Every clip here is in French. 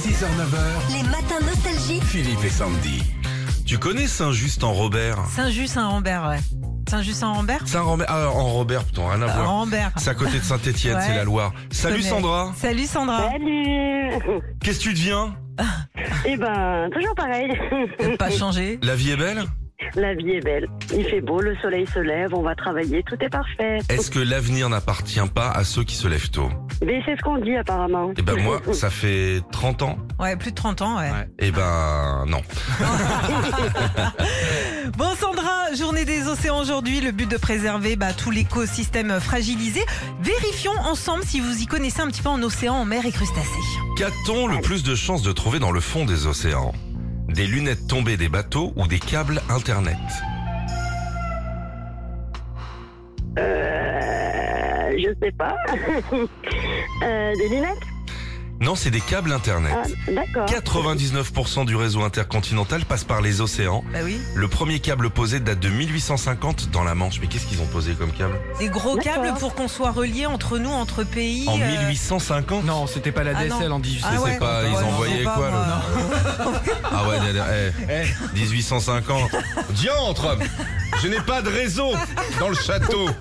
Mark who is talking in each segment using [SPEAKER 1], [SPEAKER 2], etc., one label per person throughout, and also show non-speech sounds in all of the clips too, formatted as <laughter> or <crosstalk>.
[SPEAKER 1] 6h-9h,
[SPEAKER 2] Les matins nostalgiques.
[SPEAKER 1] Philippe et Sandy.
[SPEAKER 3] Tu connais Saint-Just-en-Robert
[SPEAKER 4] Saint-Just-Saint-Rambert, ouais. Saint-Just-Saint-Rambert
[SPEAKER 3] Saint-Rambert, ah, en Robert, putain, rien à
[SPEAKER 4] Euh,
[SPEAKER 3] voir.
[SPEAKER 4] Rambert.
[SPEAKER 3] C'est à côté de Saint-Étienne,
[SPEAKER 4] Ouais.
[SPEAKER 3] c'est la Loire. Salut
[SPEAKER 4] connais.
[SPEAKER 3] Sandra,
[SPEAKER 4] Salut Sandra.
[SPEAKER 5] Salut
[SPEAKER 3] qu'est-ce que tu deviens
[SPEAKER 5] Eh ben, toujours pareil. <laughs>
[SPEAKER 4] T'as pas changé.
[SPEAKER 3] La vie est belle
[SPEAKER 5] La vie est belle. Il fait beau, le soleil se lève, on va travailler, tout est parfait.
[SPEAKER 3] Est-ce que l'avenir n'appartient pas à ceux qui se lèvent tôt
[SPEAKER 5] Mais c'est ce qu'on dit apparemment.
[SPEAKER 3] Eh ben moi, ça fait 30 ans.
[SPEAKER 4] Ouais, plus de 30 ans, ouais.
[SPEAKER 3] Eh ben non.
[SPEAKER 4] Bon Sandra, journée des océans aujourd'hui, le but de préserver bah, tout l'écosystème fragilisé. Vérifions ensemble si vous y connaissez un petit peu en océan, en mer et crustacés.
[SPEAKER 3] Qu'a-t-on le plus de chances de trouver dans le fond des océans Des lunettes tombées des bateaux ou des câbles internet
[SPEAKER 5] <laughs> Euh, je sais pas. <laughs> Euh, des lunettes
[SPEAKER 3] Non, c'est des câbles
[SPEAKER 5] Ah,
[SPEAKER 3] internet.
[SPEAKER 5] D'accord.
[SPEAKER 3] 99% du réseau intercontinental passe par les océans.
[SPEAKER 4] Bah oui.
[SPEAKER 3] Le premier câble posé date de 1850 dans la Manche. Mais qu'est-ce qu'ils ont posé comme câble
[SPEAKER 4] Des gros
[SPEAKER 5] D'accord.
[SPEAKER 4] câbles pour qu'on soit reliés entre nous, entre pays.
[SPEAKER 3] En
[SPEAKER 4] euh,
[SPEAKER 3] 1850
[SPEAKER 6] Non, c'était pas la
[SPEAKER 4] Ah non.
[SPEAKER 6] DSL en 18.
[SPEAKER 4] Ah
[SPEAKER 3] Je sais
[SPEAKER 4] ouais.
[SPEAKER 3] pas, ils
[SPEAKER 4] Ouais,
[SPEAKER 3] envoyaient
[SPEAKER 4] je sais
[SPEAKER 3] quoi,
[SPEAKER 4] moi.
[SPEAKER 3] là Ah ouais, d'ailleurs, eh, 1850. Diantre Je n'ai pas de réseau dans le château.
[SPEAKER 4] <laughs>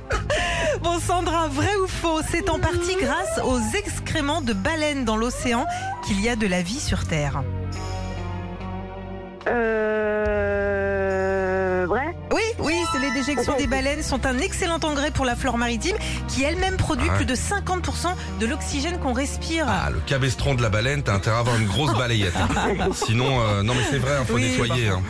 [SPEAKER 4] Bon Sandra, vrai ou faux C'est en partie grâce aux excréments de baleines dans l'océan qu'il y a de la vie sur Terre.
[SPEAKER 5] Euh, vrai
[SPEAKER 4] Oui, oui, c'est les déjections des baleines sont un excellent engrais pour la flore maritime qui elle-même produit
[SPEAKER 3] Ah ouais.
[SPEAKER 4] plus de 50% de l'oxygène qu'on respire.
[SPEAKER 3] Ah, le cabestron de la baleine, t'as intérêt à avoir une grosse balayette. hein. Sinon, euh, non mais c'est vrai, il faut
[SPEAKER 4] Oui,
[SPEAKER 3] nettoyer. hein.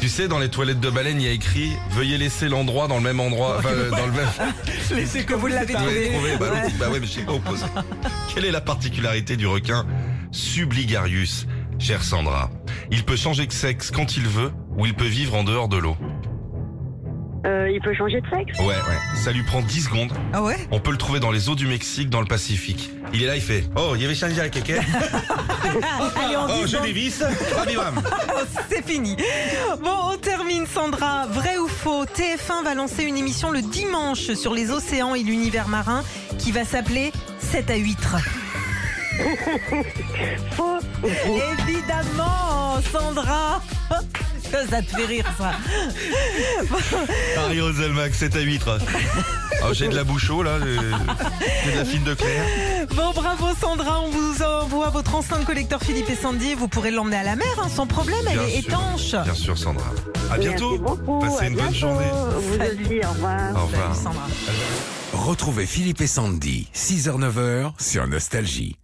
[SPEAKER 3] Tu sais, dans les toilettes de baleine, il y a écrit « Veuillez laisser l'endroit dans le même endroit, enfin, euh, dans le même... »
[SPEAKER 4] c'est que vous l'avez
[SPEAKER 3] Vous l'avez
[SPEAKER 4] trouvé.
[SPEAKER 3] trouvé bah,
[SPEAKER 4] Ouais.
[SPEAKER 3] oui, bah ouais, mais je sais pas opposé. Quelle est la particularité du requin Subligarius, chère Sandra. Il peut changer de sexe quand il veut ou il peut vivre en dehors de l'eau.
[SPEAKER 5] Euh, Il peut changer de sexe
[SPEAKER 3] Ouais, ouais. Ça lui prend 10 secondes. <laughs>
[SPEAKER 4] Ah ouais
[SPEAKER 3] On peut le trouver dans les eaux du Mexique, dans le Pacifique. Il est là, il fait Oh, il y avait changé à quelqu'un.
[SPEAKER 4] Allez, on
[SPEAKER 3] <laughs> Oh,
[SPEAKER 4] dit
[SPEAKER 3] je
[SPEAKER 4] bon,
[SPEAKER 3] dévisse. Ah, bim, bam.
[SPEAKER 4] c'est fini. Bon, on termine Sandra. Vrai ou faux TF1 va lancer une émission le dimanche sur les océans et l'univers marin qui va s'appeler 7 à 8.
[SPEAKER 5] Faux
[SPEAKER 3] Oh.
[SPEAKER 4] Évidemment, Sandra <laughs> Que ça te fait rire, ça
[SPEAKER 3] Paris Roselmac, 7 à 8. Oh, j'ai de la bouche au, là. J'ai j'ai de la fine de clair.
[SPEAKER 4] Bon, bravo Sandra, on vous envoie votre enceinte collecteur Philippe et Sandy. Vous pourrez l'emmener à la mer hein, sans problème, elle
[SPEAKER 3] Bien
[SPEAKER 4] est
[SPEAKER 3] sûr.
[SPEAKER 4] étanche.
[SPEAKER 3] Bien sûr, Sandra. À bientôt.
[SPEAKER 5] Merci beaucoup.
[SPEAKER 3] Passez
[SPEAKER 5] à
[SPEAKER 3] une bonne
[SPEAKER 5] bientôt.
[SPEAKER 3] journée.
[SPEAKER 5] Vous
[SPEAKER 4] Salut.
[SPEAKER 5] aussi, au revoir.
[SPEAKER 3] Au revoir.
[SPEAKER 4] Salut, Sandra.
[SPEAKER 1] Retrouvez Philippe et Sandy, 6h-9h, sur Nostalgie.